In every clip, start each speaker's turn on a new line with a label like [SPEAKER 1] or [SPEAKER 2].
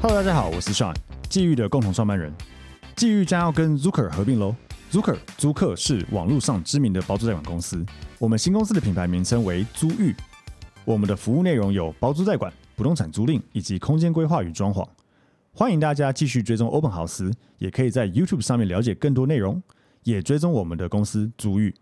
[SPEAKER 1] Hello，大家好，我是 Sean，际遇的共同创办人。际遇将要跟 Zucker 合并喽。Zucker 租客是网络上知名的包租代管公司。我们新公司的品牌名称为租遇。我们的服务内容有包租代管、不动产租赁以及空间规划与装潢。欢迎大家继续追踪 Open House，也可以在 YouTube 上面了解更多内容，也追踪我们的公司租遇。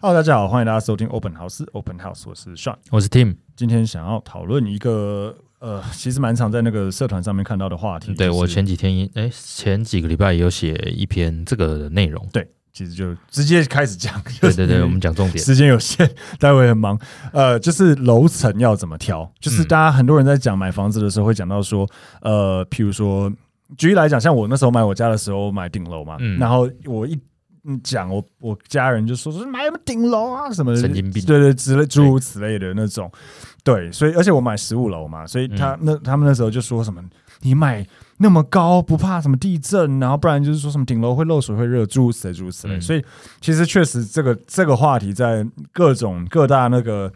[SPEAKER 1] Hello，大家好，欢迎大家收听 Open House。Open House，我是 Sean。
[SPEAKER 2] 我是 Tim，
[SPEAKER 1] 今天想要讨论一个呃，其实蛮常在那个社团上面看到的话题。
[SPEAKER 2] 对
[SPEAKER 1] 就是。
[SPEAKER 2] 我前几天哎、前几个礼拜也有写一篇这个的内容
[SPEAKER 1] 对，其实就直接开始讲。就
[SPEAKER 2] 对
[SPEAKER 1] 是
[SPEAKER 2] 对对，我们讲重点。
[SPEAKER 1] 时间有限， 待会很忙。呃，就是楼层要怎么挑，就是
[SPEAKER 2] 嗯
[SPEAKER 1] 大家很多人在讲买房子的时候会讲到说，呃，譬如说，举例来讲，像我那时候买我家的时候买顶楼嘛，
[SPEAKER 2] 嗯
[SPEAKER 1] 然后我一。嗯讲我我家人就说说买什么顶楼啊什么的
[SPEAKER 2] 神经病
[SPEAKER 1] 对对之类诸如此类的那种，对，所以而且我买十五楼嘛，所以
[SPEAKER 2] 嗯
[SPEAKER 1] 他、那他们那时候就说什么你买那么高不怕什么地震，然后不然就是说什么顶楼会漏水会热，诸如此类诸如此类。
[SPEAKER 2] 嗯
[SPEAKER 1] 所以其实确实这个这个话题在各种各大那个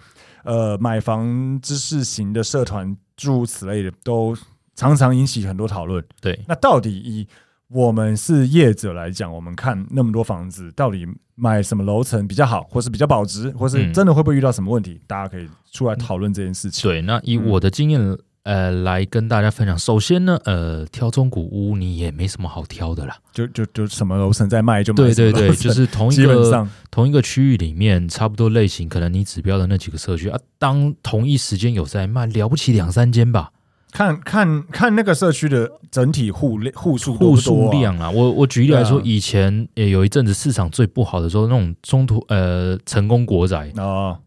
[SPEAKER 1] 呃买房知识型的社团诸如此类的都常常引起很多讨论。
[SPEAKER 2] 对，
[SPEAKER 1] 那到底以我们是业者来讲，我们看那么多房子，到底买什么楼层比较好，或是比较保值，或是
[SPEAKER 2] 嗯
[SPEAKER 1] 真的会不会遇到什么问题？大家可以出来讨论这件事情。
[SPEAKER 2] 对，那以我的经验、呃来跟大家分享，首先呢，呃，挑中古屋你也没什么好挑的啦。
[SPEAKER 1] 就就就什么楼层在卖就买
[SPEAKER 2] 对
[SPEAKER 1] 什么楼
[SPEAKER 2] 对 对，
[SPEAKER 1] 层
[SPEAKER 2] 就是同一
[SPEAKER 1] 基本上
[SPEAKER 2] 个同一个区域里面，差不多类型，可能你指标的那几个社区啊，当同一时间有在卖，了不起两三间吧，
[SPEAKER 1] 看看看那个社区的整体户类户数多不
[SPEAKER 2] 户
[SPEAKER 1] 多
[SPEAKER 2] 数
[SPEAKER 1] 啊
[SPEAKER 2] 量啦。我我举例来说，
[SPEAKER 1] 对啊
[SPEAKER 2] 以前也有一阵子市场最不好的时候，那种中途呃成功国宅，
[SPEAKER 1] 哦，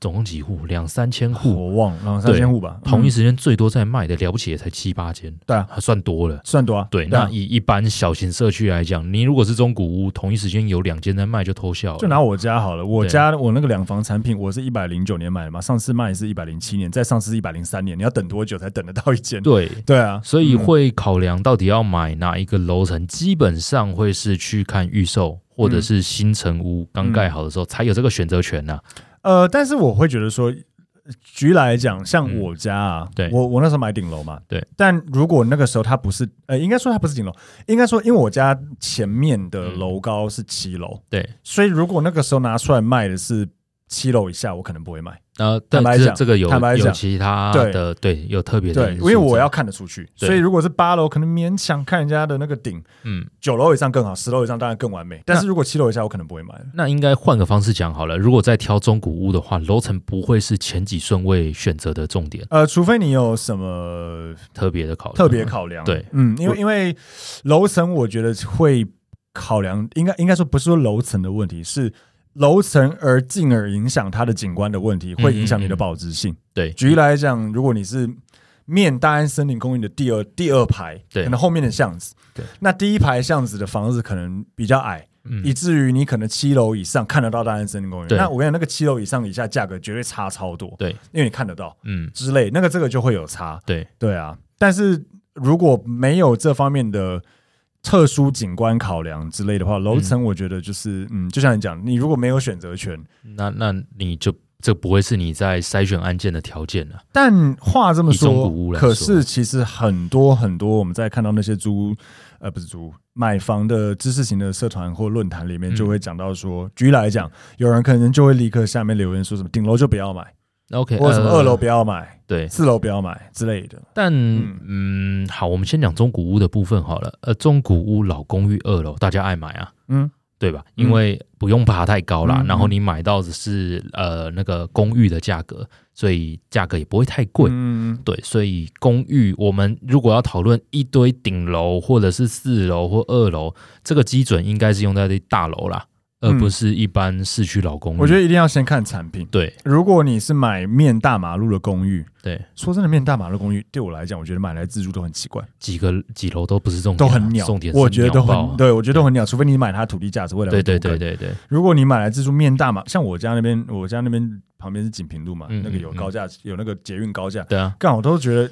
[SPEAKER 2] 总共几户？两三千户。
[SPEAKER 1] 我忘了两三千户吧，
[SPEAKER 2] 同一
[SPEAKER 1] 嗯
[SPEAKER 2] 时间最多在卖的了不起也才七八间，
[SPEAKER 1] 对啊，
[SPEAKER 2] 还算多了。
[SPEAKER 1] 算多啊。
[SPEAKER 2] 对，
[SPEAKER 1] 啊
[SPEAKER 2] 那以一般小型社区来讲，你如果是中古屋，同一时间有两间在卖，就偷笑了。
[SPEAKER 1] 就拿我家好了，我
[SPEAKER 2] 对
[SPEAKER 1] 家我那个两房产品，我是一百零九年买的嘛，上次卖是一百零七年，再上次一百零三年，你要等多久才等得到一间？
[SPEAKER 2] 对，
[SPEAKER 1] 对啊，
[SPEAKER 2] 所以
[SPEAKER 1] 嗯
[SPEAKER 2] 会考量到底要买哪一个楼层，基本上会是去看预售或
[SPEAKER 1] 嗯
[SPEAKER 2] 者是新城屋刚盖好的时候才有这个选择权呐。
[SPEAKER 1] 呃，但是我会觉得说，举例来讲，像
[SPEAKER 2] 嗯
[SPEAKER 1] 我家啊，
[SPEAKER 2] 对
[SPEAKER 1] 我我那时候买顶楼嘛，
[SPEAKER 2] 对，
[SPEAKER 1] 但如果那个时候它不是，呃，应该说它不是顶楼，应该说因为我家前面的
[SPEAKER 2] 嗯
[SPEAKER 1] 楼高是七楼，
[SPEAKER 2] 对，
[SPEAKER 1] 所以如果那个时候拿出来卖的是七楼以下，我可能不会卖。
[SPEAKER 2] 呃，
[SPEAKER 1] 坦
[SPEAKER 2] 但
[SPEAKER 1] 白
[SPEAKER 2] 这
[SPEAKER 1] 讲
[SPEAKER 2] 这个有
[SPEAKER 1] 坦白讲
[SPEAKER 2] 有其他的对有特别的
[SPEAKER 1] 对，
[SPEAKER 2] 因
[SPEAKER 1] 因
[SPEAKER 2] 素
[SPEAKER 1] 为我
[SPEAKER 2] 在
[SPEAKER 1] 要看得出去，
[SPEAKER 2] 对
[SPEAKER 1] 所以如果是八楼，可能勉强看人家的那个顶，
[SPEAKER 2] 嗯，
[SPEAKER 1] 九楼以上更好，十楼以上当然更完美。但是如果七楼以下，我可能不会买了。
[SPEAKER 2] 那应该换个方式讲好了。如果再挑中古屋的话，楼层不会是前几顺位选择的重点，
[SPEAKER 1] 呃，除非你有什么
[SPEAKER 2] 特别的考量
[SPEAKER 1] 特别考量。
[SPEAKER 2] 对，
[SPEAKER 1] 嗯，因为因为楼层，我觉得会考量，应该应该说不是说楼层的问题，是楼层而进而影响它的景观的问题，会影响你的保值性。
[SPEAKER 2] 嗯对
[SPEAKER 1] 举例来讲，如果你是面大安森林公园的第二第二排，
[SPEAKER 2] 对
[SPEAKER 1] 可能后面的巷子，
[SPEAKER 2] 对，
[SPEAKER 1] 那第一排巷子的房子可能比较矮。
[SPEAKER 2] 嗯
[SPEAKER 1] 以至于你可能七楼以上看得到大安森林公园，
[SPEAKER 2] 对
[SPEAKER 1] 那我跟你讲，那个七楼以上以下价格绝对差超多，
[SPEAKER 2] 对，
[SPEAKER 1] 因为你看得到
[SPEAKER 2] 嗯，
[SPEAKER 1] 之类，那个这个就会有差。
[SPEAKER 2] 对，
[SPEAKER 1] 对啊，但是如果没有这方面的特殊景观考量之类的
[SPEAKER 2] 嗯
[SPEAKER 1] 话，楼层我觉得就是，嗯就像你讲，你如果没有选择权，
[SPEAKER 2] 那那你就这不会是你在筛选案件的条件啊了、
[SPEAKER 1] 但话这么
[SPEAKER 2] 以中
[SPEAKER 1] 说，
[SPEAKER 2] 古屋来说
[SPEAKER 1] 可是其实很多很多，我们在看到那些租，呃，不是租买房的知识型的社团或论坛里面，
[SPEAKER 2] 嗯
[SPEAKER 1] 就会讲到说，举例来讲，有人可能就会立刻下面留言说什么顶楼就不要买，
[SPEAKER 2] 那 OK，
[SPEAKER 1] 或者什么
[SPEAKER 2] 呃
[SPEAKER 1] 二楼不要买，
[SPEAKER 2] 对，
[SPEAKER 1] 四楼不要买之类的。
[SPEAKER 2] 但嗯好，我们先讲中古屋的部分好了。呃，中古屋老公寓二楼大家爱买啊，
[SPEAKER 1] 嗯，
[SPEAKER 2] 对吧？因为不用爬太高啦，然后你买到的是呃那个公寓的价格，所以价格也不会太贵。
[SPEAKER 1] 嗯，
[SPEAKER 2] 对，所以公寓我们如果要讨论一堆顶楼或者是四楼或二楼，这个基准应该是用在大楼啦，而
[SPEAKER 1] 嗯
[SPEAKER 2] 不是一般市区老公寓。
[SPEAKER 1] 我觉得一定要先看产品。
[SPEAKER 2] 对
[SPEAKER 1] 如果你是买面大马路的公寓，
[SPEAKER 2] 对，
[SPEAKER 1] 说真的，面大马路公寓对我来讲，我觉得买来自住都很奇怪，
[SPEAKER 2] 几个几楼都不是重点
[SPEAKER 1] 都
[SPEAKER 2] 啊、
[SPEAKER 1] 很鸟
[SPEAKER 2] 重点，是
[SPEAKER 1] 我觉得都
[SPEAKER 2] 鸟爆
[SPEAKER 1] 很，
[SPEAKER 2] 啊
[SPEAKER 1] 对我觉得都很鸟，除非你买它土地价值未来
[SPEAKER 2] 对对
[SPEAKER 1] 会多
[SPEAKER 2] 对
[SPEAKER 1] 更
[SPEAKER 2] 对对，
[SPEAKER 1] 如果你买来自住面大马，像我家那边，我家那边旁边是锦屏路嘛，
[SPEAKER 2] 嗯
[SPEAKER 1] 那个有
[SPEAKER 2] 嗯嗯
[SPEAKER 1] 高架，有那个捷运高架，
[SPEAKER 2] 对啊，
[SPEAKER 1] 干我都觉得，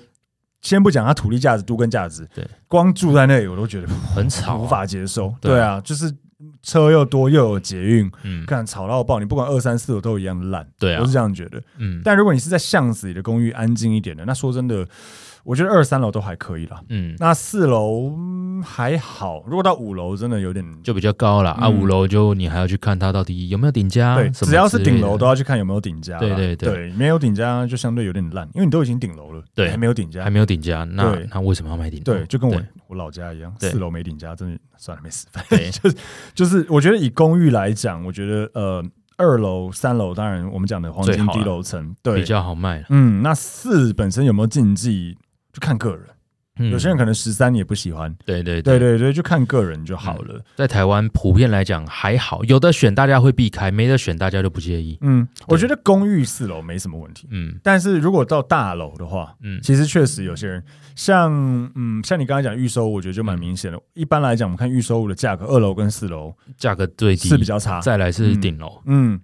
[SPEAKER 1] 先不讲它土地价值、都跟价值，
[SPEAKER 2] 对，
[SPEAKER 1] 光住在那里我都觉得
[SPEAKER 2] 很吵、
[SPEAKER 1] 无，法接受。
[SPEAKER 2] 对啊
[SPEAKER 1] 对啊，就是车又多又有捷运，
[SPEAKER 2] 嗯，
[SPEAKER 1] 干吵到爆，你不管二三四楼都一样烂，
[SPEAKER 2] 对啊
[SPEAKER 1] 我是，这样觉得。
[SPEAKER 2] 嗯
[SPEAKER 1] 但如果你是在巷子里的公寓，安静一点的，那说真的，我觉得二三楼都还可以啦。
[SPEAKER 2] 嗯，
[SPEAKER 1] 那四楼、嗯还好，如果到五楼真的有点
[SPEAKER 2] 就比较高啦。啊，
[SPEAKER 1] 嗯
[SPEAKER 2] 五楼就你还要去看它到底有没有顶加，
[SPEAKER 1] 对，
[SPEAKER 2] 啊什么
[SPEAKER 1] 只要是
[SPEAKER 2] 之类
[SPEAKER 1] 顶
[SPEAKER 2] 的
[SPEAKER 1] 楼都要去看有没有顶加啦。
[SPEAKER 2] 对对对
[SPEAKER 1] 对，没有顶加就相对有点烂，因为你都已经顶楼了，
[SPEAKER 2] 对
[SPEAKER 1] 还没有顶加
[SPEAKER 2] 还，没有顶加，那
[SPEAKER 1] 对
[SPEAKER 2] 那为什么要买顶楼？
[SPEAKER 1] 对，就跟我
[SPEAKER 2] 对
[SPEAKER 1] 我老家一样，
[SPEAKER 2] 对
[SPEAKER 1] 四楼没顶加，真的算了，没事。
[SPEAKER 2] 对
[SPEAKER 1] 就是我觉得以公寓来讲，我觉得呃，二楼、三楼，当然我们讲的黄
[SPEAKER 2] 最
[SPEAKER 1] 金
[SPEAKER 2] 好啊
[SPEAKER 1] 低楼层，对，
[SPEAKER 2] 比较好卖了。
[SPEAKER 1] 嗯，那四本身有没有禁忌，就看个人。
[SPEAKER 2] 嗯
[SPEAKER 1] 有些人可能十三也不喜欢，
[SPEAKER 2] 对对
[SPEAKER 1] 对对对，就看个人就好了。
[SPEAKER 2] 在台湾普遍来讲还好，有的选大家会避开，没得选大家就不介意。
[SPEAKER 1] 嗯，我觉得公寓四楼没什么问题，
[SPEAKER 2] 嗯
[SPEAKER 1] 但是如果到大楼的话，
[SPEAKER 2] 嗯
[SPEAKER 1] 其实确实有些人像嗯，像你刚才讲预收，我觉得就蛮明显
[SPEAKER 2] 嗯
[SPEAKER 1] 的。一般来讲，我们看预收物的价格，二楼跟四楼
[SPEAKER 2] 价格最低
[SPEAKER 1] 是比较差。
[SPEAKER 2] 再来是顶楼。
[SPEAKER 1] 嗯，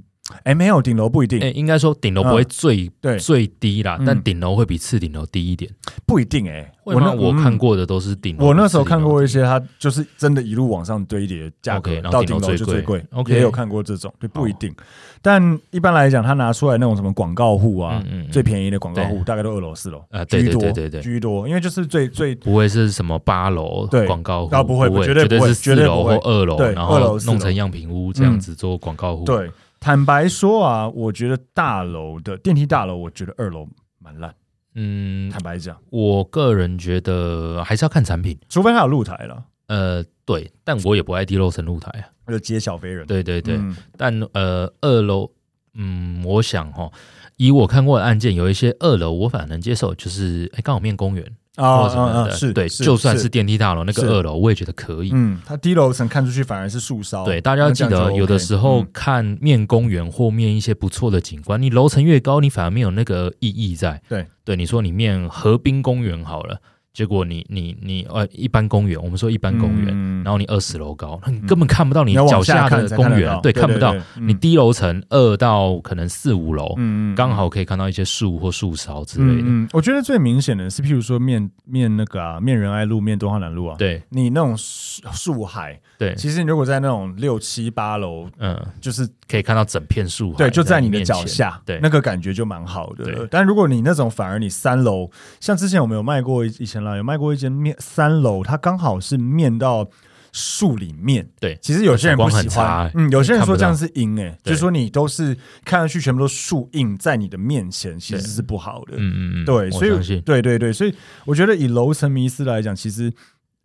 [SPEAKER 1] 哎，没有顶楼不一定，
[SPEAKER 2] 哎、应该说顶楼不会最、
[SPEAKER 1] 嗯对，
[SPEAKER 2] 最低啦，
[SPEAKER 1] 嗯
[SPEAKER 2] 但顶楼会比次顶楼低一点。
[SPEAKER 1] 不一定哎。
[SPEAKER 2] 我那我看。
[SPEAKER 1] 嗯
[SPEAKER 2] 过的都是顶楼，
[SPEAKER 1] 我那时候看过一些，它就是真的一路往上堆叠，价格
[SPEAKER 2] OK，然后
[SPEAKER 1] 到
[SPEAKER 2] 顶
[SPEAKER 1] 顶
[SPEAKER 2] 楼
[SPEAKER 1] 楼
[SPEAKER 2] 最
[SPEAKER 1] 就最
[SPEAKER 2] 贵
[SPEAKER 1] 贵。
[SPEAKER 2] OK 哦
[SPEAKER 1] 也有看过这种，就不一定。但一般来讲，他拿出来那种什么广告户啊
[SPEAKER 2] 嗯嗯嗯，
[SPEAKER 1] 最便宜的广告
[SPEAKER 2] 对
[SPEAKER 1] 户大概都二楼、四楼
[SPEAKER 2] 啊对
[SPEAKER 1] 居
[SPEAKER 2] 对对
[SPEAKER 1] 多，
[SPEAKER 2] 对对
[SPEAKER 1] 居多，因为就是最最
[SPEAKER 2] 不会是什么八楼
[SPEAKER 1] 对
[SPEAKER 2] 广告户，
[SPEAKER 1] 啊不会
[SPEAKER 2] 不会，
[SPEAKER 1] 绝对不会
[SPEAKER 2] 是
[SPEAKER 1] 绝
[SPEAKER 2] 四
[SPEAKER 1] 对
[SPEAKER 2] 楼
[SPEAKER 1] 不
[SPEAKER 2] 或
[SPEAKER 1] 会
[SPEAKER 2] 二楼，
[SPEAKER 1] 对
[SPEAKER 2] 然
[SPEAKER 1] 二楼
[SPEAKER 2] 后
[SPEAKER 1] 四楼嗯
[SPEAKER 2] 弄成样品屋这样子做广告户。，
[SPEAKER 1] 对，坦白说啊，我觉得大楼的电梯大楼，我觉得二楼蛮烂。
[SPEAKER 2] 嗯
[SPEAKER 1] 坦，白讲，
[SPEAKER 2] 我个人觉得还是要看产品。
[SPEAKER 1] 除非它有露台了，
[SPEAKER 2] 呃，对，但我也不爱低楼层露台啊。
[SPEAKER 1] 就接小飞人。
[SPEAKER 2] 对对对，
[SPEAKER 1] 嗯
[SPEAKER 2] 但呃，二楼，嗯，我想哈，以我看过的案件，有一些二楼我反而能接受，就是哎，刚好面公园或
[SPEAKER 1] 啊
[SPEAKER 2] 者什么
[SPEAKER 1] 啊啊，
[SPEAKER 2] 的，
[SPEAKER 1] 是，
[SPEAKER 2] 对，
[SPEAKER 1] 是
[SPEAKER 2] 就算是电梯大楼那个
[SPEAKER 1] 是
[SPEAKER 2] 二楼，我也觉得可以。
[SPEAKER 1] 嗯，它低楼层看出去反而是树梢。
[SPEAKER 2] 对，大家要记
[SPEAKER 1] 那这样
[SPEAKER 2] 得，
[SPEAKER 1] 就
[SPEAKER 2] 有的
[SPEAKER 1] OK
[SPEAKER 2] 时候
[SPEAKER 1] 嗯
[SPEAKER 2] 看面公园或面一些不错的景观，你楼层越高，你反而没有那个意义在。
[SPEAKER 1] 对，
[SPEAKER 2] 对，你说你面河滨公园好了，结果你你你呃，一般公园，我们说一般公园，
[SPEAKER 1] 嗯
[SPEAKER 2] 然后你二十楼高，那你根本看不到你
[SPEAKER 1] 要往
[SPEAKER 2] 脚
[SPEAKER 1] 下看
[SPEAKER 2] 的
[SPEAKER 1] 才
[SPEAKER 2] 公
[SPEAKER 1] 看得
[SPEAKER 2] 园
[SPEAKER 1] 到，
[SPEAKER 2] 对，看不到。，你
[SPEAKER 1] 嗯
[SPEAKER 2] 低楼层二到可能四五楼，
[SPEAKER 1] 嗯嗯
[SPEAKER 2] 刚好可以看到一些树或树梢之类的。
[SPEAKER 1] 嗯嗯，我觉得最明显的是，譬如说面面那个啊，面仁爱路、面东华南路啊，，
[SPEAKER 2] 对
[SPEAKER 1] 你那种树树海，
[SPEAKER 2] 对，
[SPEAKER 1] 其实你如果在那种六七八楼，
[SPEAKER 2] 嗯，
[SPEAKER 1] 就是
[SPEAKER 2] 可以看到整片树海，
[SPEAKER 1] 对，就在你的
[SPEAKER 2] 面前
[SPEAKER 1] 脚下，
[SPEAKER 2] 对
[SPEAKER 1] 那个感觉就蛮好的了
[SPEAKER 2] 对。
[SPEAKER 1] 但如果你那种反而你三楼，像之前我们有卖过一以前啦，有卖过一间面三楼，它刚好是面到树里面。
[SPEAKER 2] 对，
[SPEAKER 1] 其实有些人不
[SPEAKER 2] 采光
[SPEAKER 1] 喜
[SPEAKER 2] 很差
[SPEAKER 1] 欢
[SPEAKER 2] 欸，
[SPEAKER 1] 嗯，有些人说
[SPEAKER 2] 看不到
[SPEAKER 1] 这样是阴诶，
[SPEAKER 2] 对
[SPEAKER 1] 就说你都是看上去全部都树荫在你的面前，其实是不好的。
[SPEAKER 2] 嗯嗯嗯，
[SPEAKER 1] 对，
[SPEAKER 2] 我
[SPEAKER 1] 所
[SPEAKER 2] 相
[SPEAKER 1] 以
[SPEAKER 2] 信，
[SPEAKER 1] 对对对，所以我觉得以楼层迷思来讲，其实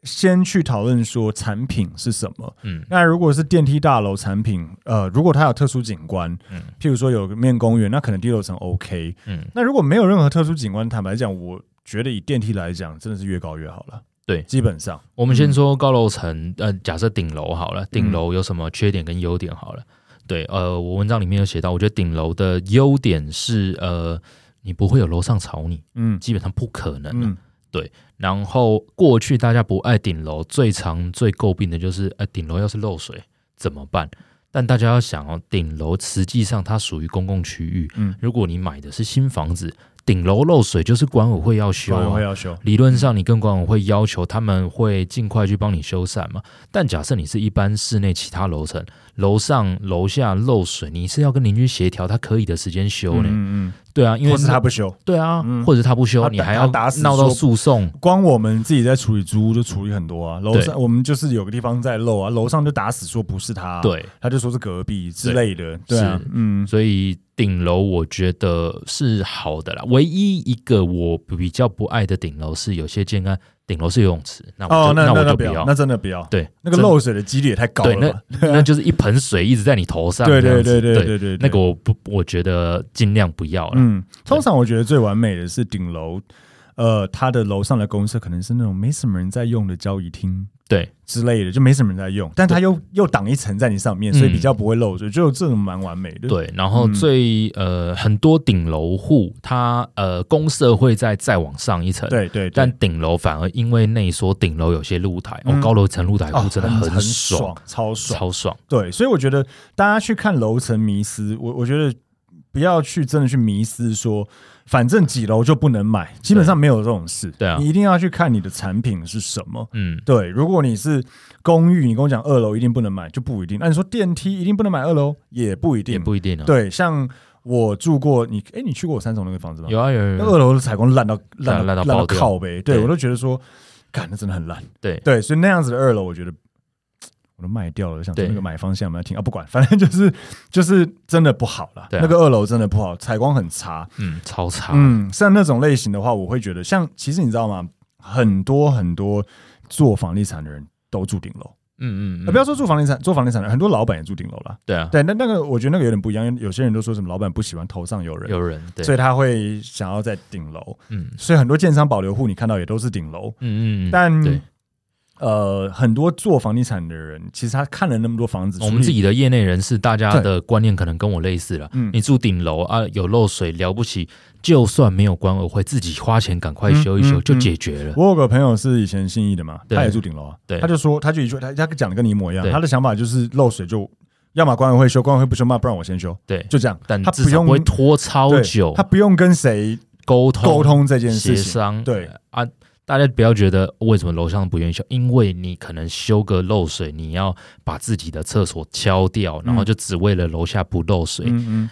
[SPEAKER 1] 先去讨论说产品是什么。
[SPEAKER 2] 嗯
[SPEAKER 1] 那如果是电梯大楼产品，呃，如果它有特殊景观，
[SPEAKER 2] 嗯
[SPEAKER 1] 譬如说有个面公园，那可能第六层 OK。
[SPEAKER 2] 嗯。
[SPEAKER 1] 那如果没有任何特殊景观，坦白讲，我觉得以电梯来讲，真的是越高越好了。
[SPEAKER 2] 对
[SPEAKER 1] 基本上，
[SPEAKER 2] 我
[SPEAKER 1] 嗯
[SPEAKER 2] 们先说高楼层，呃，假设顶楼好了，顶楼有什么缺点跟优点好了？对，呃，我文章里面有写到，我觉得顶楼的优点是，呃，你不会有楼上吵你，
[SPEAKER 1] 嗯
[SPEAKER 2] 基本上不可能。
[SPEAKER 1] 嗯，
[SPEAKER 2] 然后过去大家不爱顶楼，最常最诟病的就是，哎、顶楼要是漏水怎么办？但大家要想哦，顶楼实际上它属于公共区域，
[SPEAKER 1] 嗯
[SPEAKER 2] 如果你买的是新房子，顶楼漏水就是管委会要修、
[SPEAKER 1] 管委
[SPEAKER 2] 啊
[SPEAKER 1] 会，要修，
[SPEAKER 2] 理论上，你跟管委会要求他们会尽快去帮你修缮嘛。但假设你是一般室内其他楼层，楼上楼下漏水，你是要跟邻居协调他可以的时间修呢？
[SPEAKER 1] 嗯嗯
[SPEAKER 2] 对啊，因
[SPEAKER 1] 嗯，
[SPEAKER 2] 为
[SPEAKER 1] 或是他不修，
[SPEAKER 2] 对啊，
[SPEAKER 1] 嗯
[SPEAKER 2] 或者是他不修，
[SPEAKER 1] 他
[SPEAKER 2] 你
[SPEAKER 1] 打
[SPEAKER 2] 还要
[SPEAKER 1] 他打死
[SPEAKER 2] 闹到
[SPEAKER 1] 说
[SPEAKER 2] 诉讼。
[SPEAKER 1] 光我们自己在处理租屋就处理很多啊，楼
[SPEAKER 2] 对
[SPEAKER 1] 上我们就是有个地方在漏啊，楼上就打死说不是他啊、
[SPEAKER 2] 对，
[SPEAKER 1] 他就说是隔壁之类的，对啊
[SPEAKER 2] 是，
[SPEAKER 1] 嗯
[SPEAKER 2] 所以顶楼我觉得是好的啦。唯一一个我比较不爱的顶楼是有些建安顶楼是游泳池，那我就、
[SPEAKER 1] 哦，那
[SPEAKER 2] 我
[SPEAKER 1] 那
[SPEAKER 2] 就
[SPEAKER 1] 不
[SPEAKER 2] 要
[SPEAKER 1] 那。真的不要。
[SPEAKER 2] 对，
[SPEAKER 1] 那个
[SPEAKER 2] 真
[SPEAKER 1] 漏水的几率也太高
[SPEAKER 2] 对，
[SPEAKER 1] 了
[SPEAKER 2] 那
[SPEAKER 1] 吧？
[SPEAKER 2] 那就是一盆水一直在你头上这
[SPEAKER 1] 对
[SPEAKER 2] 样
[SPEAKER 1] 对对
[SPEAKER 2] 子。对
[SPEAKER 1] 对对对，
[SPEAKER 2] 那个我不，我觉得尽量不要了。
[SPEAKER 1] 嗯，通常我觉得最完美的是顶楼，呃，它的楼上的公社可能是那种没什么人在用的交易厅
[SPEAKER 2] 对，
[SPEAKER 1] 之类的，就没什么人在用，但它又又挡一层在你上面，所以
[SPEAKER 2] 嗯
[SPEAKER 1] 比较不会漏水，就这种蛮完美的。，
[SPEAKER 2] 对，然后
[SPEAKER 1] 嗯
[SPEAKER 2] 最、呃很多顶楼户，它呃公社会再再往上一层，，
[SPEAKER 1] 对对，
[SPEAKER 2] 但顶楼反而因为内缩，顶楼有些露台，
[SPEAKER 1] 嗯
[SPEAKER 2] 哦，高楼层露台
[SPEAKER 1] 哦
[SPEAKER 2] 户真的
[SPEAKER 1] 很
[SPEAKER 2] 爽，
[SPEAKER 1] 爽，超爽。
[SPEAKER 2] 超爽，
[SPEAKER 1] 对，所以我觉得大家去看楼层迷思，我我觉得不要去真的去迷思说，反正几楼就不能买，基本上没有这种事。
[SPEAKER 2] 对啊
[SPEAKER 1] 你一定要去看你的产品是什么。
[SPEAKER 2] 嗯，
[SPEAKER 1] 对，如果你是公寓，你跟我讲二楼一定不能买，就不一定。那你说电梯一定不能买二楼，也不一定。
[SPEAKER 2] 也不一定啊。，
[SPEAKER 1] 对，像我住过，你哎，你去过我三重那个房子吗？
[SPEAKER 2] 有啊有有
[SPEAKER 1] 那
[SPEAKER 2] 有，
[SPEAKER 1] 二楼的采光烂到烂到
[SPEAKER 2] 烂到
[SPEAKER 1] 烂到
[SPEAKER 2] 爆掉
[SPEAKER 1] 靠呗，对
[SPEAKER 2] 对
[SPEAKER 1] 我都觉得说，干那真的很烂。
[SPEAKER 2] 对
[SPEAKER 1] 对，所以那样子的二楼，我觉得我都卖掉了，想说
[SPEAKER 2] 对
[SPEAKER 1] 那个买方向我们要听啊，不管， 反正就是就是真的不好了。
[SPEAKER 2] 对啊
[SPEAKER 1] 那个二楼真的不好，采光很差。
[SPEAKER 2] 嗯，超差，
[SPEAKER 1] 嗯，像那种类型的话，我会觉得像其实你知道吗？很多很多做房地产的人都住顶楼，
[SPEAKER 2] 嗯嗯
[SPEAKER 1] 呃
[SPEAKER 2] 嗯，
[SPEAKER 1] 不要说住房地产，做房地产的很多老板也住顶楼啦。
[SPEAKER 2] 对啊，
[SPEAKER 1] 对，那那个我觉得那个有点不一样，有些人都说什么老板不喜欢头上有人，
[SPEAKER 2] 有人对，
[SPEAKER 1] 所以他会想要在顶楼。
[SPEAKER 2] 嗯
[SPEAKER 1] 所以很多建商保留户你看到也都是顶楼，
[SPEAKER 2] 嗯嗯嗯，对
[SPEAKER 1] 但呃，很多做房地产的人其实他看了那么多房子，
[SPEAKER 2] 哦我们
[SPEAKER 1] 处
[SPEAKER 2] 自
[SPEAKER 1] 理
[SPEAKER 2] 己的业内人士，大家
[SPEAKER 1] 对
[SPEAKER 2] 的观念可能跟我类似了。
[SPEAKER 1] 嗯
[SPEAKER 2] 你住顶楼啊，有漏水了不起，就算没有管委会，自己花钱赶快修一
[SPEAKER 1] 嗯
[SPEAKER 2] 修
[SPEAKER 1] 嗯
[SPEAKER 2] 就解决了。
[SPEAKER 1] 我有个朋友是以前信义的嘛，
[SPEAKER 2] 对
[SPEAKER 1] 他也住顶楼啊，
[SPEAKER 2] 对
[SPEAKER 1] 他就说，他就一句，他他讲的跟你一模一样，
[SPEAKER 2] 对
[SPEAKER 1] 他的想法就是漏水就要么管委会修，管委会不修嘛，不然我先修，
[SPEAKER 2] 对，
[SPEAKER 1] 就这样，
[SPEAKER 2] 但
[SPEAKER 1] 他
[SPEAKER 2] 至
[SPEAKER 1] 不
[SPEAKER 2] 少
[SPEAKER 1] 用
[SPEAKER 2] 不会拖超
[SPEAKER 1] 对
[SPEAKER 2] 久
[SPEAKER 1] 他，不用跟谁
[SPEAKER 2] 沟通
[SPEAKER 1] 沟通这件
[SPEAKER 2] 协
[SPEAKER 1] 事情，
[SPEAKER 2] 商
[SPEAKER 1] 对
[SPEAKER 2] 啊。大家不要觉得为什么楼上不愿意修，因为你可能修个漏水，你要把自己的厕所敲掉，然后就只为了楼下不漏水。
[SPEAKER 1] 嗯嗯，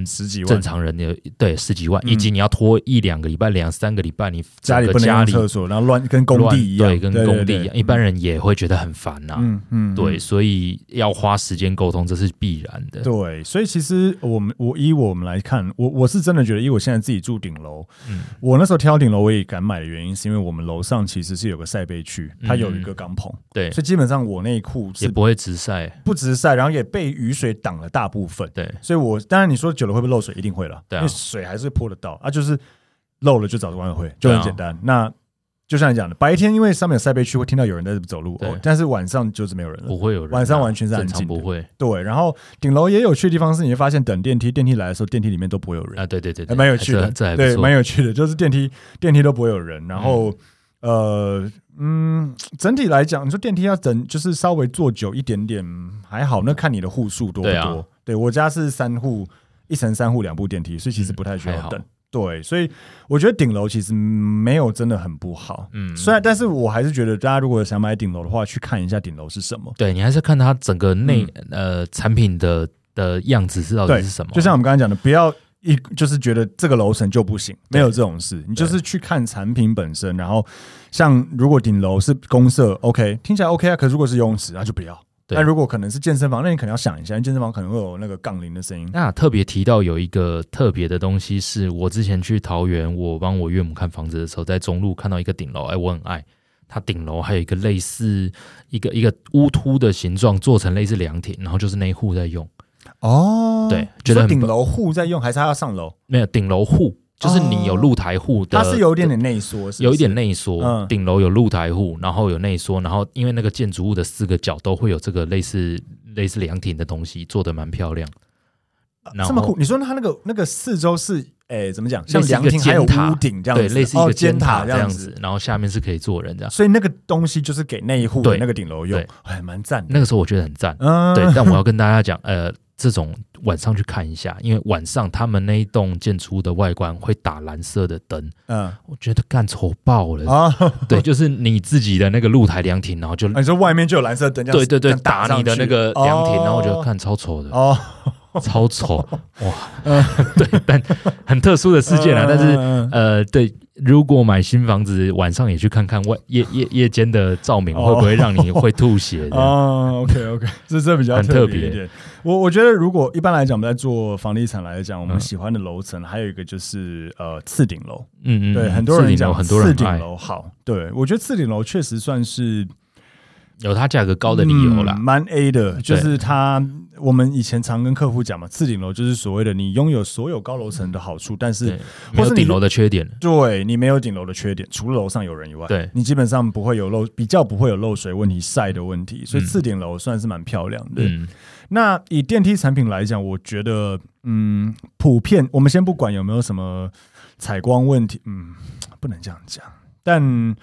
[SPEAKER 2] 嗯，
[SPEAKER 1] 十几
[SPEAKER 2] 正
[SPEAKER 1] 万。
[SPEAKER 2] 常人的对十几万，
[SPEAKER 1] 嗯
[SPEAKER 2] 以及你要拖一两个礼拜、两三个礼拜，你
[SPEAKER 1] 家里
[SPEAKER 2] 整
[SPEAKER 1] 不
[SPEAKER 2] 个
[SPEAKER 1] 能
[SPEAKER 2] 家
[SPEAKER 1] 用
[SPEAKER 2] 里
[SPEAKER 1] 厕所，然后乱跟工
[SPEAKER 2] 乱
[SPEAKER 1] 地一样，
[SPEAKER 2] 对，跟工地一样，一般
[SPEAKER 1] 人，
[SPEAKER 2] 人也会觉得很烦呐、
[SPEAKER 1] 嗯嗯，
[SPEAKER 2] 对，所以要花时间沟通，这是必然的。
[SPEAKER 1] 对，所以其实我们我以我们来看，我我是真的觉得，以我现在自己住顶楼，
[SPEAKER 2] 嗯
[SPEAKER 1] 我那时候挑顶楼我也敢买的原因，是因为我们楼上其实是有个晒被区，它有一个钢棚，
[SPEAKER 2] 嗯对，
[SPEAKER 1] 所以基本上我内裤
[SPEAKER 2] 也
[SPEAKER 1] 是
[SPEAKER 2] 不会直晒。
[SPEAKER 1] 不直晒，然后也被雨水挡了大部分。
[SPEAKER 2] 对，
[SPEAKER 1] 所以我当然你说久了会不会漏水，一定会了，
[SPEAKER 2] 对啊
[SPEAKER 1] 因为水还是泼得到啊，就是漏了就找管委会，就
[SPEAKER 2] 对啊
[SPEAKER 1] 很简单。那就像你讲的，白天因为上面有晒被区，会听到有人在走路，
[SPEAKER 2] 对
[SPEAKER 1] 哦但是晚上就是没有人了
[SPEAKER 2] 不。会有人啊、
[SPEAKER 1] 晚上完全是安
[SPEAKER 2] 正常
[SPEAKER 1] 静的
[SPEAKER 2] 不会
[SPEAKER 1] 对，然后顶楼也有趣的地方是，你会发现等电梯，电梯来的时候，电梯里面都不会有人，
[SPEAKER 2] 啊。对对对
[SPEAKER 1] 还
[SPEAKER 2] 对，
[SPEAKER 1] 蛮有趣的，
[SPEAKER 2] 这这还不
[SPEAKER 1] 对，
[SPEAKER 2] 错。嗯
[SPEAKER 1] 蛮有趣的，就是电梯电梯都不会有人，然后、呃嗯，整体来讲，你说电梯要等就是稍微坐久一点点还好，那看你的户数多不多。
[SPEAKER 2] 对
[SPEAKER 1] 对,、
[SPEAKER 2] 啊
[SPEAKER 1] 我家是三户，一层三户两部电梯，所以其实
[SPEAKER 2] 嗯
[SPEAKER 1] 不太需
[SPEAKER 2] 还
[SPEAKER 1] 要
[SPEAKER 2] 好
[SPEAKER 1] 等。对，所以我觉得顶楼其实没有真的很不好，
[SPEAKER 2] 嗯
[SPEAKER 1] 虽然，但是我还是觉得大家如果想买顶楼的话，去看一下顶楼是什么。
[SPEAKER 2] 对你还是看它整个内、呃产品的的样子是到
[SPEAKER 1] 嗯
[SPEAKER 2] 底
[SPEAKER 1] 对，
[SPEAKER 2] 是什么。
[SPEAKER 1] 就像我们刚才讲的，不要一就是觉得这个楼层就不行，没
[SPEAKER 2] 对
[SPEAKER 1] 有这种事。你就是去看产品本身，然后像如果顶楼是公社，OK，听起来 OK 啊。可是如果是游泳池，那就不要。
[SPEAKER 2] 对
[SPEAKER 1] 那如果可能是健身房，那你可能要想一下，因为健身房可能会有那个杠铃的声音。
[SPEAKER 2] 那特别提到有一个特别的东西，是我之前去桃园，我帮我岳母看房子的时候，在中路看到一个顶楼，哎，我很爱。它顶楼还有一个类似一个一个乌凸的形状，做成类似凉亭，然后就是那一户在用，
[SPEAKER 1] 哦
[SPEAKER 2] 对
[SPEAKER 1] 就
[SPEAKER 2] 觉得
[SPEAKER 1] 是
[SPEAKER 2] 很
[SPEAKER 1] 顶楼户在用，还是他要上楼？
[SPEAKER 2] 没有顶楼户，就是你有
[SPEAKER 1] 哦
[SPEAKER 2] 露台户的，
[SPEAKER 1] 它是有一点点内缩，是不是
[SPEAKER 2] 有一点内缩
[SPEAKER 1] 嗯，
[SPEAKER 2] 顶楼有露台户，然后有内缩，然后因为那个建筑物的四个角都会有这个类似类似凉亭的东西，做的蛮漂亮。然
[SPEAKER 1] 啊这
[SPEAKER 2] 后
[SPEAKER 1] 么酷。你说它那个那个四周是诶怎么讲？像
[SPEAKER 2] 类似一
[SPEAKER 1] 凉
[SPEAKER 2] 个
[SPEAKER 1] 亭还有
[SPEAKER 2] 尖塔
[SPEAKER 1] 屋顶这样子，
[SPEAKER 2] 对，类似一
[SPEAKER 1] 哦
[SPEAKER 2] 个尖塔
[SPEAKER 1] 塔
[SPEAKER 2] 这
[SPEAKER 1] 样
[SPEAKER 2] 样子，。然后下面是可以坐人这样。
[SPEAKER 1] 所以那个东西就是给那一户的
[SPEAKER 2] 对
[SPEAKER 1] 那个顶楼用
[SPEAKER 2] 对，
[SPEAKER 1] 还蛮赞的。
[SPEAKER 2] 那个时候我觉得很赞，
[SPEAKER 1] 嗯，
[SPEAKER 2] 对。但我要跟大家讲，呃，这种晚上去看一下，因为晚上他们那一栋建筑物的外观会打蓝色的灯，
[SPEAKER 1] 嗯
[SPEAKER 2] 我觉得干丑爆了。
[SPEAKER 1] 啊，
[SPEAKER 2] 对，就是你自己的那个露台凉亭，然后就
[SPEAKER 1] 哎你说外面就有蓝色灯，这样
[SPEAKER 2] 对对对
[SPEAKER 1] 这样
[SPEAKER 2] 打
[SPEAKER 1] 上
[SPEAKER 2] 你的
[SPEAKER 1] 去
[SPEAKER 2] 那个凉亭，然后我觉得
[SPEAKER 1] 哦
[SPEAKER 2] 看超丑的。
[SPEAKER 1] 哦，
[SPEAKER 2] 超 丑哇！ 对，但很特殊的事件啊。但是
[SPEAKER 1] 嗯
[SPEAKER 2] 呃，对，如果买新房子，晚上也去看看外夜夜夜间的照明
[SPEAKER 1] 哦
[SPEAKER 2] 会不会让你会吐血这样？
[SPEAKER 1] 哦，OK OK，这这比较
[SPEAKER 2] 很
[SPEAKER 1] 特
[SPEAKER 2] 特
[SPEAKER 1] 别一
[SPEAKER 2] 别
[SPEAKER 1] 点。我我觉得，如果一般来讲，我们在做房地产来讲，我们
[SPEAKER 2] 嗯
[SPEAKER 1] 喜欢的楼层还有一个就是呃次顶楼，
[SPEAKER 2] 嗯嗯，
[SPEAKER 1] 对，
[SPEAKER 2] 嗯
[SPEAKER 1] 很多
[SPEAKER 2] 四
[SPEAKER 1] 人
[SPEAKER 2] 顶楼
[SPEAKER 1] 讲
[SPEAKER 2] 很多人
[SPEAKER 1] 次顶
[SPEAKER 2] 爱
[SPEAKER 1] 楼好，对我觉得次顶楼确实算是
[SPEAKER 2] 有它价格高的理由啦
[SPEAKER 1] 嗯。蛮 A 的，就是它我们以前常跟客户讲嘛，次顶楼就是所谓的你拥有所有高楼层的好处，但是
[SPEAKER 2] 对，没
[SPEAKER 1] 或是
[SPEAKER 2] 有
[SPEAKER 1] 你
[SPEAKER 2] 顶楼的缺点。
[SPEAKER 1] 对你没有顶楼的缺点，除了楼上有人以外，
[SPEAKER 2] 对
[SPEAKER 1] 你基本上不会有漏，比较不会有漏水问题、晒的问题，所以
[SPEAKER 2] 嗯
[SPEAKER 1] 次顶楼算是蛮漂亮的。
[SPEAKER 2] 嗯，
[SPEAKER 1] 那以电梯产品来讲，我觉得，嗯，普遍我们先不管有没有什么采光问题，嗯，不能这样讲。但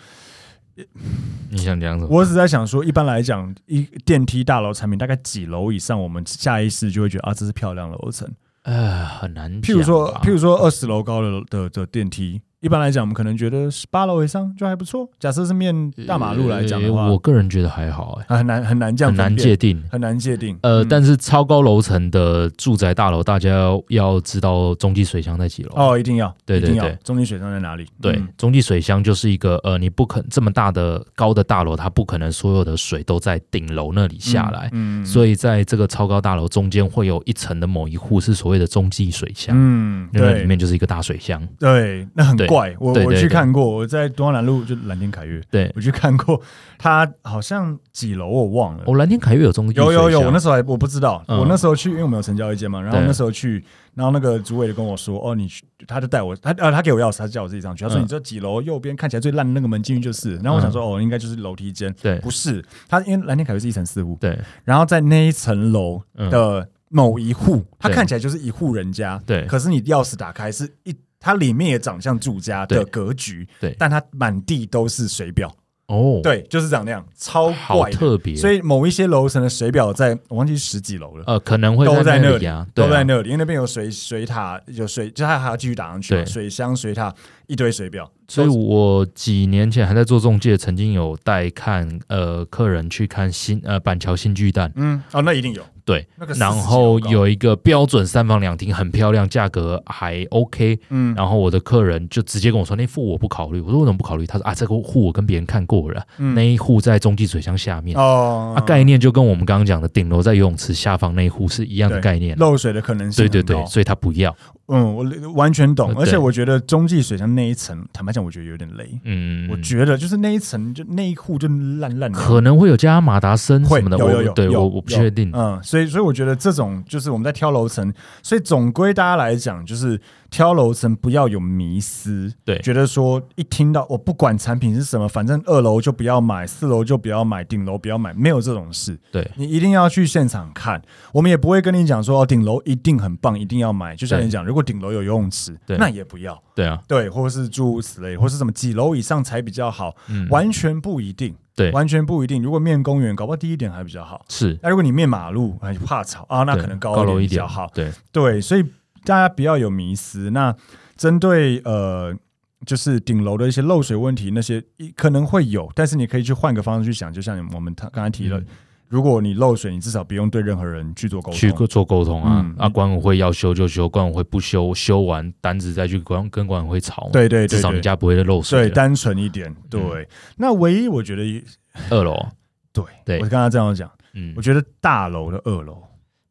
[SPEAKER 2] 你想讲什么？
[SPEAKER 1] 我只在想说，一般来讲，一电梯大楼产品大概几楼以上，我们下意识就会觉得啊，这是漂亮楼层。
[SPEAKER 2] 呃，很难讲吧。
[SPEAKER 1] 譬如说，譬如说二十楼高的的的电梯，一般来讲，我们可能觉得十八楼以上就还不错。假设是面大马路来讲的话，
[SPEAKER 2] 呃我个人觉得还好，哎，
[SPEAKER 1] 啊很难很难这样
[SPEAKER 2] 很难
[SPEAKER 1] 分辨
[SPEAKER 2] 界定。
[SPEAKER 1] 很难界定。
[SPEAKER 2] 呃，
[SPEAKER 1] 嗯
[SPEAKER 2] 但是超高楼层的住宅大楼，大家要要知道中继水箱在几楼。
[SPEAKER 1] 哦，一定要，
[SPEAKER 2] 对
[SPEAKER 1] 一
[SPEAKER 2] 对
[SPEAKER 1] 定要
[SPEAKER 2] 对，
[SPEAKER 1] 中间水箱在哪里？
[SPEAKER 2] 对
[SPEAKER 1] 嗯，
[SPEAKER 2] 中继水箱就是一个呃，你不可这么大的高的大楼，它不可能所有的水都在顶楼那里下来，
[SPEAKER 1] 嗯以。
[SPEAKER 2] 所以在这个超高大楼中间会有一层的某一户是所谓的中继水箱，
[SPEAKER 1] 嗯，
[SPEAKER 2] 那那
[SPEAKER 1] 对
[SPEAKER 2] 里面就是一个大水箱。
[SPEAKER 1] 对，那很
[SPEAKER 2] 对
[SPEAKER 1] 怪。我
[SPEAKER 2] 对
[SPEAKER 1] 我
[SPEAKER 2] 对
[SPEAKER 1] 去
[SPEAKER 2] 对
[SPEAKER 1] 看过，我在东华南路就蓝天凯悦，
[SPEAKER 2] 对，
[SPEAKER 1] 我去看过，它好像几楼我忘了。
[SPEAKER 2] 哦，蓝天凯悦有中继水
[SPEAKER 1] 有
[SPEAKER 2] 箱，
[SPEAKER 1] 有有，我那时候还我不知道，
[SPEAKER 2] 嗯
[SPEAKER 1] 我那时候去，因为我们有成交一间嘛，然后
[SPEAKER 2] 对
[SPEAKER 1] 那时候去，然后那个主委就跟我说，哦，你去，他就带我，他呃，他给我钥匙，他叫我自己上去，他说
[SPEAKER 2] 嗯
[SPEAKER 1] 你这几楼右边看起来最烂的那个门进去就是，然后我想说，哦，应该就是楼梯间，
[SPEAKER 2] 对
[SPEAKER 1] 不是，他因为蓝天凯悦是一层四户，
[SPEAKER 2] 对
[SPEAKER 1] 然后在那一层楼
[SPEAKER 2] 嗯
[SPEAKER 1] 的某一户，它
[SPEAKER 2] 对
[SPEAKER 1] 看起来就是一户人家，
[SPEAKER 2] 对
[SPEAKER 1] 可是你钥匙打开是一，它里面也长像住家的
[SPEAKER 2] 对
[SPEAKER 1] 格局，
[SPEAKER 2] 对
[SPEAKER 1] 但它满地都是水表，
[SPEAKER 2] 哦，，
[SPEAKER 1] 对，就是长那样，超
[SPEAKER 2] 好
[SPEAKER 1] 怪的。
[SPEAKER 2] 特别，
[SPEAKER 1] 所以某一些楼层的水表在，我忘记十几楼了。
[SPEAKER 2] 呃，可能会
[SPEAKER 1] 都在
[SPEAKER 2] 那
[SPEAKER 1] 里
[SPEAKER 2] 里啊，对
[SPEAKER 1] 都
[SPEAKER 2] 啊
[SPEAKER 1] 在那里，因为那边有水水塔，有水，就它还要继续打上去嘛，
[SPEAKER 2] 对
[SPEAKER 1] 水箱、水塔，一堆水表。
[SPEAKER 2] 所以我几年前还在做中介，曾经有带看呃客人去看新呃板桥新巨蛋，
[SPEAKER 1] 嗯，哦，那一定有，
[SPEAKER 2] 对
[SPEAKER 1] 那个40，
[SPEAKER 2] 然后有一个标准三房两厅，很漂亮，价格还 OK，
[SPEAKER 1] 嗯，
[SPEAKER 2] 然后我的客人就直接跟我说那户我不考虑，我说为什么不考虑？他说啊这个户我跟别人看过了，
[SPEAKER 1] 嗯
[SPEAKER 2] 那一户在中继水箱下面。
[SPEAKER 1] 哦，
[SPEAKER 2] 啊，概念就跟我们刚刚讲的顶楼在游泳池下方那一户是一样的
[SPEAKER 1] 对
[SPEAKER 2] 概念，
[SPEAKER 1] 漏水的可能性
[SPEAKER 2] 对
[SPEAKER 1] 很高，
[SPEAKER 2] 对对，所以他不要，
[SPEAKER 1] 嗯，我完全懂，
[SPEAKER 2] 对
[SPEAKER 1] 而且我觉得中继水箱那一层，坦白讲，我觉得有点累。
[SPEAKER 2] 嗯，
[SPEAKER 1] 我觉得就是那一层，就那一户就烂烂的，
[SPEAKER 2] 可能会有加马达声
[SPEAKER 1] 会
[SPEAKER 2] 什么的，
[SPEAKER 1] 有有
[SPEAKER 2] 我
[SPEAKER 1] 有
[SPEAKER 2] 对
[SPEAKER 1] 有
[SPEAKER 2] 我我不
[SPEAKER 1] 有
[SPEAKER 2] 确定，
[SPEAKER 1] 嗯，所以所以我觉得这种就是我们在挑楼层，所以总归大家来讲，就是挑楼层不要有迷思，
[SPEAKER 2] 对
[SPEAKER 1] 觉得说一听到我不管产品是什么，反正二楼就不要买，四楼就不要买，顶楼不要买，没有这种事。
[SPEAKER 2] 对。
[SPEAKER 1] 你一定要去现场看，我们也不会跟你讲说哦，顶楼一定很棒，一定要买。就像
[SPEAKER 2] 对
[SPEAKER 1] 你讲，如果顶楼有游泳池，
[SPEAKER 2] 对
[SPEAKER 1] 那也不要。
[SPEAKER 2] 对啊，
[SPEAKER 1] 对，或是诸如此类，或是什么几楼以上才比较好，
[SPEAKER 2] 嗯，
[SPEAKER 1] 完全不一定，
[SPEAKER 2] 对
[SPEAKER 1] 完全不一定。如果面公园，搞不好第一点还比较好。
[SPEAKER 2] 是
[SPEAKER 1] 那如果你面马路，哎，怕吵啊，那
[SPEAKER 2] 对
[SPEAKER 1] 可能
[SPEAKER 2] 高
[SPEAKER 1] 楼
[SPEAKER 2] 楼
[SPEAKER 1] 一
[SPEAKER 2] 一
[SPEAKER 1] 点比
[SPEAKER 2] 点
[SPEAKER 1] 较好。
[SPEAKER 2] 对，
[SPEAKER 1] 对，所以大家不要有迷思。那针对呃，就是顶楼的一些漏水问题，那些一可能会有，但是你可以去换个方式去想，就像我们刚刚才提了，
[SPEAKER 2] 嗯
[SPEAKER 1] 如果你漏水，你至少不用对任何人去做沟
[SPEAKER 2] 去
[SPEAKER 1] 通。
[SPEAKER 2] 做沟通啊
[SPEAKER 1] 嗯，
[SPEAKER 2] 啊，管委会要修就修，管委会不修，修完单子再去管跟管委会吵嘛，
[SPEAKER 1] 对对对
[SPEAKER 2] 至少
[SPEAKER 1] 对
[SPEAKER 2] 你家不会漏
[SPEAKER 1] 对，
[SPEAKER 2] 水嗯的。
[SPEAKER 1] 单纯一点。对，那唯一我觉得一，
[SPEAKER 2] 二楼，
[SPEAKER 1] 对，
[SPEAKER 2] 对
[SPEAKER 1] 我刚刚这样讲，
[SPEAKER 2] 嗯
[SPEAKER 1] 我，觉得大楼的二楼，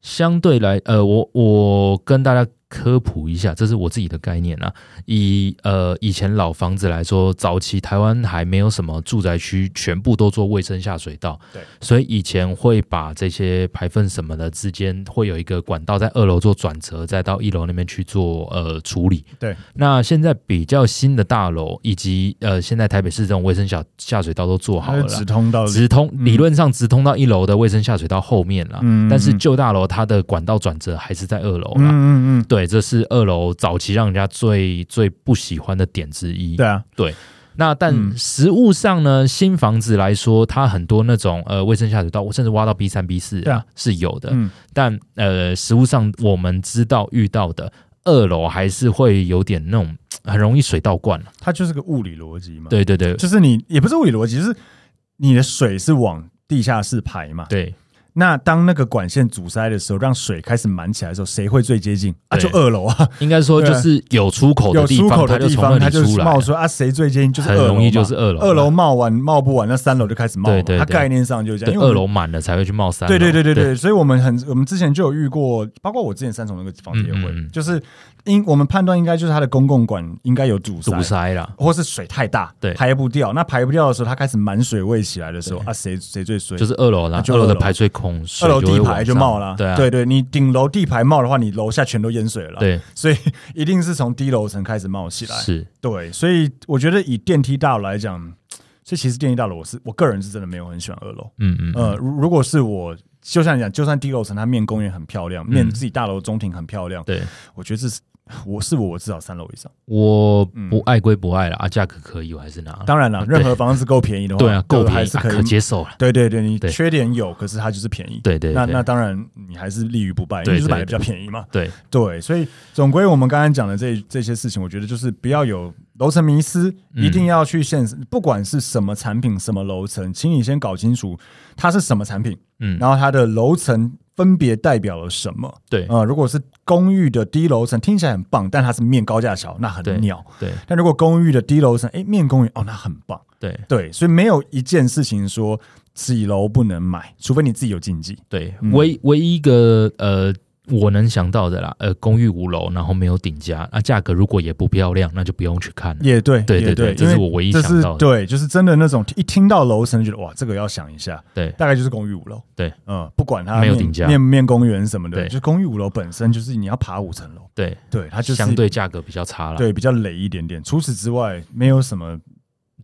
[SPEAKER 2] 相对来，呃，我我跟大家科普一下，这是我自己的概念啊。以呃以前老房子来说，早期台湾还没有什么住宅区全部都做卫生下水道，
[SPEAKER 1] 对，
[SPEAKER 2] 所以以前会把这些排粪什么的之间会有一个管道在二楼做转折，再到一楼那边去做呃处理。
[SPEAKER 1] 对，
[SPEAKER 2] 那现在比较新的大楼以及呃现在台北市这种卫生小下水道都做好
[SPEAKER 1] 它
[SPEAKER 2] 了
[SPEAKER 1] 是
[SPEAKER 2] 啦，
[SPEAKER 1] 直通到
[SPEAKER 2] 直通
[SPEAKER 1] 嗯
[SPEAKER 2] 理论上直通到一楼的卫生下水道后面啦，
[SPEAKER 1] 嗯
[SPEAKER 2] 但是旧大楼它的管道转折还是在二楼
[SPEAKER 1] 嗯
[SPEAKER 2] 啦。
[SPEAKER 1] 嗯嗯，
[SPEAKER 2] 对，这是二楼早期让人家最最不喜欢的点之一。
[SPEAKER 1] 对啊，
[SPEAKER 2] 那
[SPEAKER 1] 嗯
[SPEAKER 2] 但实物上呢，新房子来说，它很多那种呃卫生下水道，甚至挖到 B 三 B 四
[SPEAKER 1] 对啊
[SPEAKER 2] 是有的。
[SPEAKER 1] 嗯
[SPEAKER 2] 但呃，实物上我们知道遇到的二楼还是会有点那种很容易水倒灌啊了。
[SPEAKER 1] 它就是个物理逻辑嘛。，
[SPEAKER 2] 对对对
[SPEAKER 1] 就是你也不是物理逻辑，就是你的水是往地下室排嘛。
[SPEAKER 2] 对
[SPEAKER 1] 那当那个管线阻塞的时候，让水开始满起来的时候，谁会最接近啊？就
[SPEAKER 2] 对
[SPEAKER 1] 二楼啊，
[SPEAKER 2] 应该说
[SPEAKER 1] 对
[SPEAKER 2] 就
[SPEAKER 1] 啊
[SPEAKER 2] 是有出口的
[SPEAKER 1] 有
[SPEAKER 2] 地
[SPEAKER 1] 出口
[SPEAKER 2] 方，
[SPEAKER 1] 的
[SPEAKER 2] 它就
[SPEAKER 1] 地
[SPEAKER 2] 从
[SPEAKER 1] 方，
[SPEAKER 2] 那
[SPEAKER 1] 它
[SPEAKER 2] 里
[SPEAKER 1] 就
[SPEAKER 2] 出来
[SPEAKER 1] 冒
[SPEAKER 2] 了。
[SPEAKER 1] 出来啊，谁最接近就是
[SPEAKER 2] 很
[SPEAKER 1] 二楼嘛，
[SPEAKER 2] 容易就是二楼
[SPEAKER 1] 二楼冒完冒不完，那三楼就开始冒了嘛。
[SPEAKER 2] 对对
[SPEAKER 1] 它
[SPEAKER 2] 对
[SPEAKER 1] 概念上就是这样，
[SPEAKER 2] 对，
[SPEAKER 1] 因为我
[SPEAKER 2] 二
[SPEAKER 1] 们
[SPEAKER 2] 楼满了才会去冒三
[SPEAKER 1] 对
[SPEAKER 2] 楼。
[SPEAKER 1] 对对对对，所以我们很我们之前就有遇过，包括我之前三重那个房子也会，
[SPEAKER 2] 嗯嗯嗯
[SPEAKER 1] 就是应我们判断应该就是它的公共管应该有堵塞，
[SPEAKER 2] 堵塞啦。
[SPEAKER 1] 或是水太大，
[SPEAKER 2] 对
[SPEAKER 1] 排不掉。那排不掉的时候，它开始满水位起来的时候啊，谁谁最衰？
[SPEAKER 2] 就是二楼
[SPEAKER 1] 那
[SPEAKER 2] 啦，
[SPEAKER 1] 就
[SPEAKER 2] 二楼
[SPEAKER 1] 二
[SPEAKER 2] 的
[SPEAKER 1] 楼
[SPEAKER 2] 排水孔，水
[SPEAKER 1] 二楼
[SPEAKER 2] 就会
[SPEAKER 1] 地
[SPEAKER 2] 往
[SPEAKER 1] 排就
[SPEAKER 2] 上
[SPEAKER 1] 冒了，
[SPEAKER 2] 对啊，
[SPEAKER 1] 对对，你顶楼地排冒的话，你楼下全都淹水了，，
[SPEAKER 2] 对
[SPEAKER 1] 所以一定是从低楼层开始冒起啊来，
[SPEAKER 2] 是，
[SPEAKER 1] 对，所以我觉得以电梯大楼来讲，所以其实电梯大楼我是我个人是真的没有很喜欢二楼，
[SPEAKER 2] 嗯嗯嗯，
[SPEAKER 1] 呃，如如果是我，就像你讲，就算低楼层，它面公园很漂亮，面
[SPEAKER 2] 嗯
[SPEAKER 1] 自己大楼中庭很漂亮，
[SPEAKER 2] 对，
[SPEAKER 1] 我觉得这是我是我，我至少三楼以上。
[SPEAKER 2] 我
[SPEAKER 1] 嗯
[SPEAKER 2] 不爱归不爱啦，啊，价格可以，我还是拿。
[SPEAKER 1] 当然了，
[SPEAKER 2] 啊对
[SPEAKER 1] 任何房子够便宜的话，
[SPEAKER 2] 对啊，够便
[SPEAKER 1] 还
[SPEAKER 2] 宜，
[SPEAKER 1] 是
[SPEAKER 2] 啊
[SPEAKER 1] 可
[SPEAKER 2] 可
[SPEAKER 1] 以。
[SPEAKER 2] 接受了。
[SPEAKER 1] 对对对，你
[SPEAKER 2] 对
[SPEAKER 1] 缺点有，可是它就是便宜。
[SPEAKER 2] 对对
[SPEAKER 1] 那
[SPEAKER 2] 对
[SPEAKER 1] 那当然，你还是立于不败，因
[SPEAKER 2] 对
[SPEAKER 1] 为就是
[SPEAKER 2] 对
[SPEAKER 1] 买的比
[SPEAKER 2] 对
[SPEAKER 1] 较便宜嘛。
[SPEAKER 2] 对，
[SPEAKER 1] 对，所以总归我们刚刚讲的这这些事情，我觉得就是不要有楼层迷失，
[SPEAKER 2] 嗯
[SPEAKER 1] 一定要去现实，不管是什么产品、什么楼层，请你先搞清楚它是什么产品，
[SPEAKER 2] 嗯，
[SPEAKER 1] 然后它的楼层分别代表了什么。
[SPEAKER 2] 对
[SPEAKER 1] 呃，如果是公寓的低楼层，听起来很棒，但它是面高架桥，那
[SPEAKER 2] 对
[SPEAKER 1] 很鸟。
[SPEAKER 2] 对
[SPEAKER 1] 但如果公寓的低楼层，哎，面公寓，哦，那很棒。
[SPEAKER 2] 对
[SPEAKER 1] 对，所以没有一件事情说几楼不能买，除非你自己有禁忌。
[SPEAKER 2] 对
[SPEAKER 1] 嗯，
[SPEAKER 2] 唯唯一一个呃，我能想到的啦，呃，公寓五楼，然后没有顶加，那价格如果也不漂亮，那就不用去看了。
[SPEAKER 1] 也对，
[SPEAKER 2] 对
[SPEAKER 1] 也
[SPEAKER 2] 对对
[SPEAKER 1] 对，
[SPEAKER 2] 这
[SPEAKER 1] 因为
[SPEAKER 2] 是我唯一
[SPEAKER 1] 这
[SPEAKER 2] 想
[SPEAKER 1] 是
[SPEAKER 2] 到的
[SPEAKER 1] 对，就是真的那种一听到楼层就觉得哇，这个要想一下，
[SPEAKER 2] 对
[SPEAKER 1] 大概就是公寓五楼。
[SPEAKER 2] 对，
[SPEAKER 1] 嗯，不管它
[SPEAKER 2] 没有
[SPEAKER 1] 面
[SPEAKER 2] 顶加
[SPEAKER 1] 面面公园什么的，
[SPEAKER 2] 对
[SPEAKER 1] 就公寓五楼本身就是你要爬五层楼，
[SPEAKER 2] 对，
[SPEAKER 1] 对，它就是
[SPEAKER 2] 相对价格比较差了，
[SPEAKER 1] 对比较累一点点。除此之外，没有什么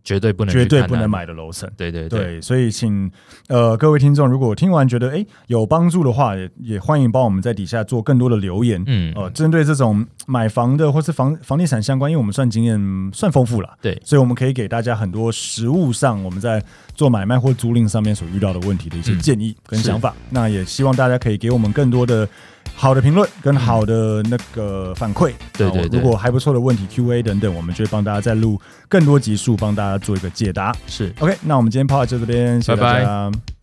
[SPEAKER 2] 绝对不能去
[SPEAKER 1] 绝对
[SPEAKER 2] 看
[SPEAKER 1] 不
[SPEAKER 2] 啊
[SPEAKER 1] 能。买的楼层。
[SPEAKER 2] 对对对
[SPEAKER 1] 对，所以请呃各位听众，如果听完觉得诶有帮助的话，也也欢迎帮我们在底下做更多的留言。
[SPEAKER 2] 嗯
[SPEAKER 1] 呃，针对这种买房的或是房房地产相关，因为我们算经验算丰富了，
[SPEAKER 2] 对
[SPEAKER 1] 所以我们可以给大家很多实物上我们在做买卖或租赁上面所遇到的问题的一些
[SPEAKER 2] 嗯
[SPEAKER 1] 建议跟
[SPEAKER 2] 是
[SPEAKER 1] 想法。那也希望大家可以给我们更多的好的评论跟好的那个反馈。
[SPEAKER 2] 对
[SPEAKER 1] 啊
[SPEAKER 2] 对
[SPEAKER 1] 我
[SPEAKER 2] 对
[SPEAKER 1] 如果还不错的问题 Q&A 等等，我们就会帮大家再录更多集数，帮大家做一个解答。
[SPEAKER 2] 是。
[SPEAKER 1] OK，那我们今天 p o 就这边，谢谢大家。
[SPEAKER 2] 拜
[SPEAKER 1] 拜拜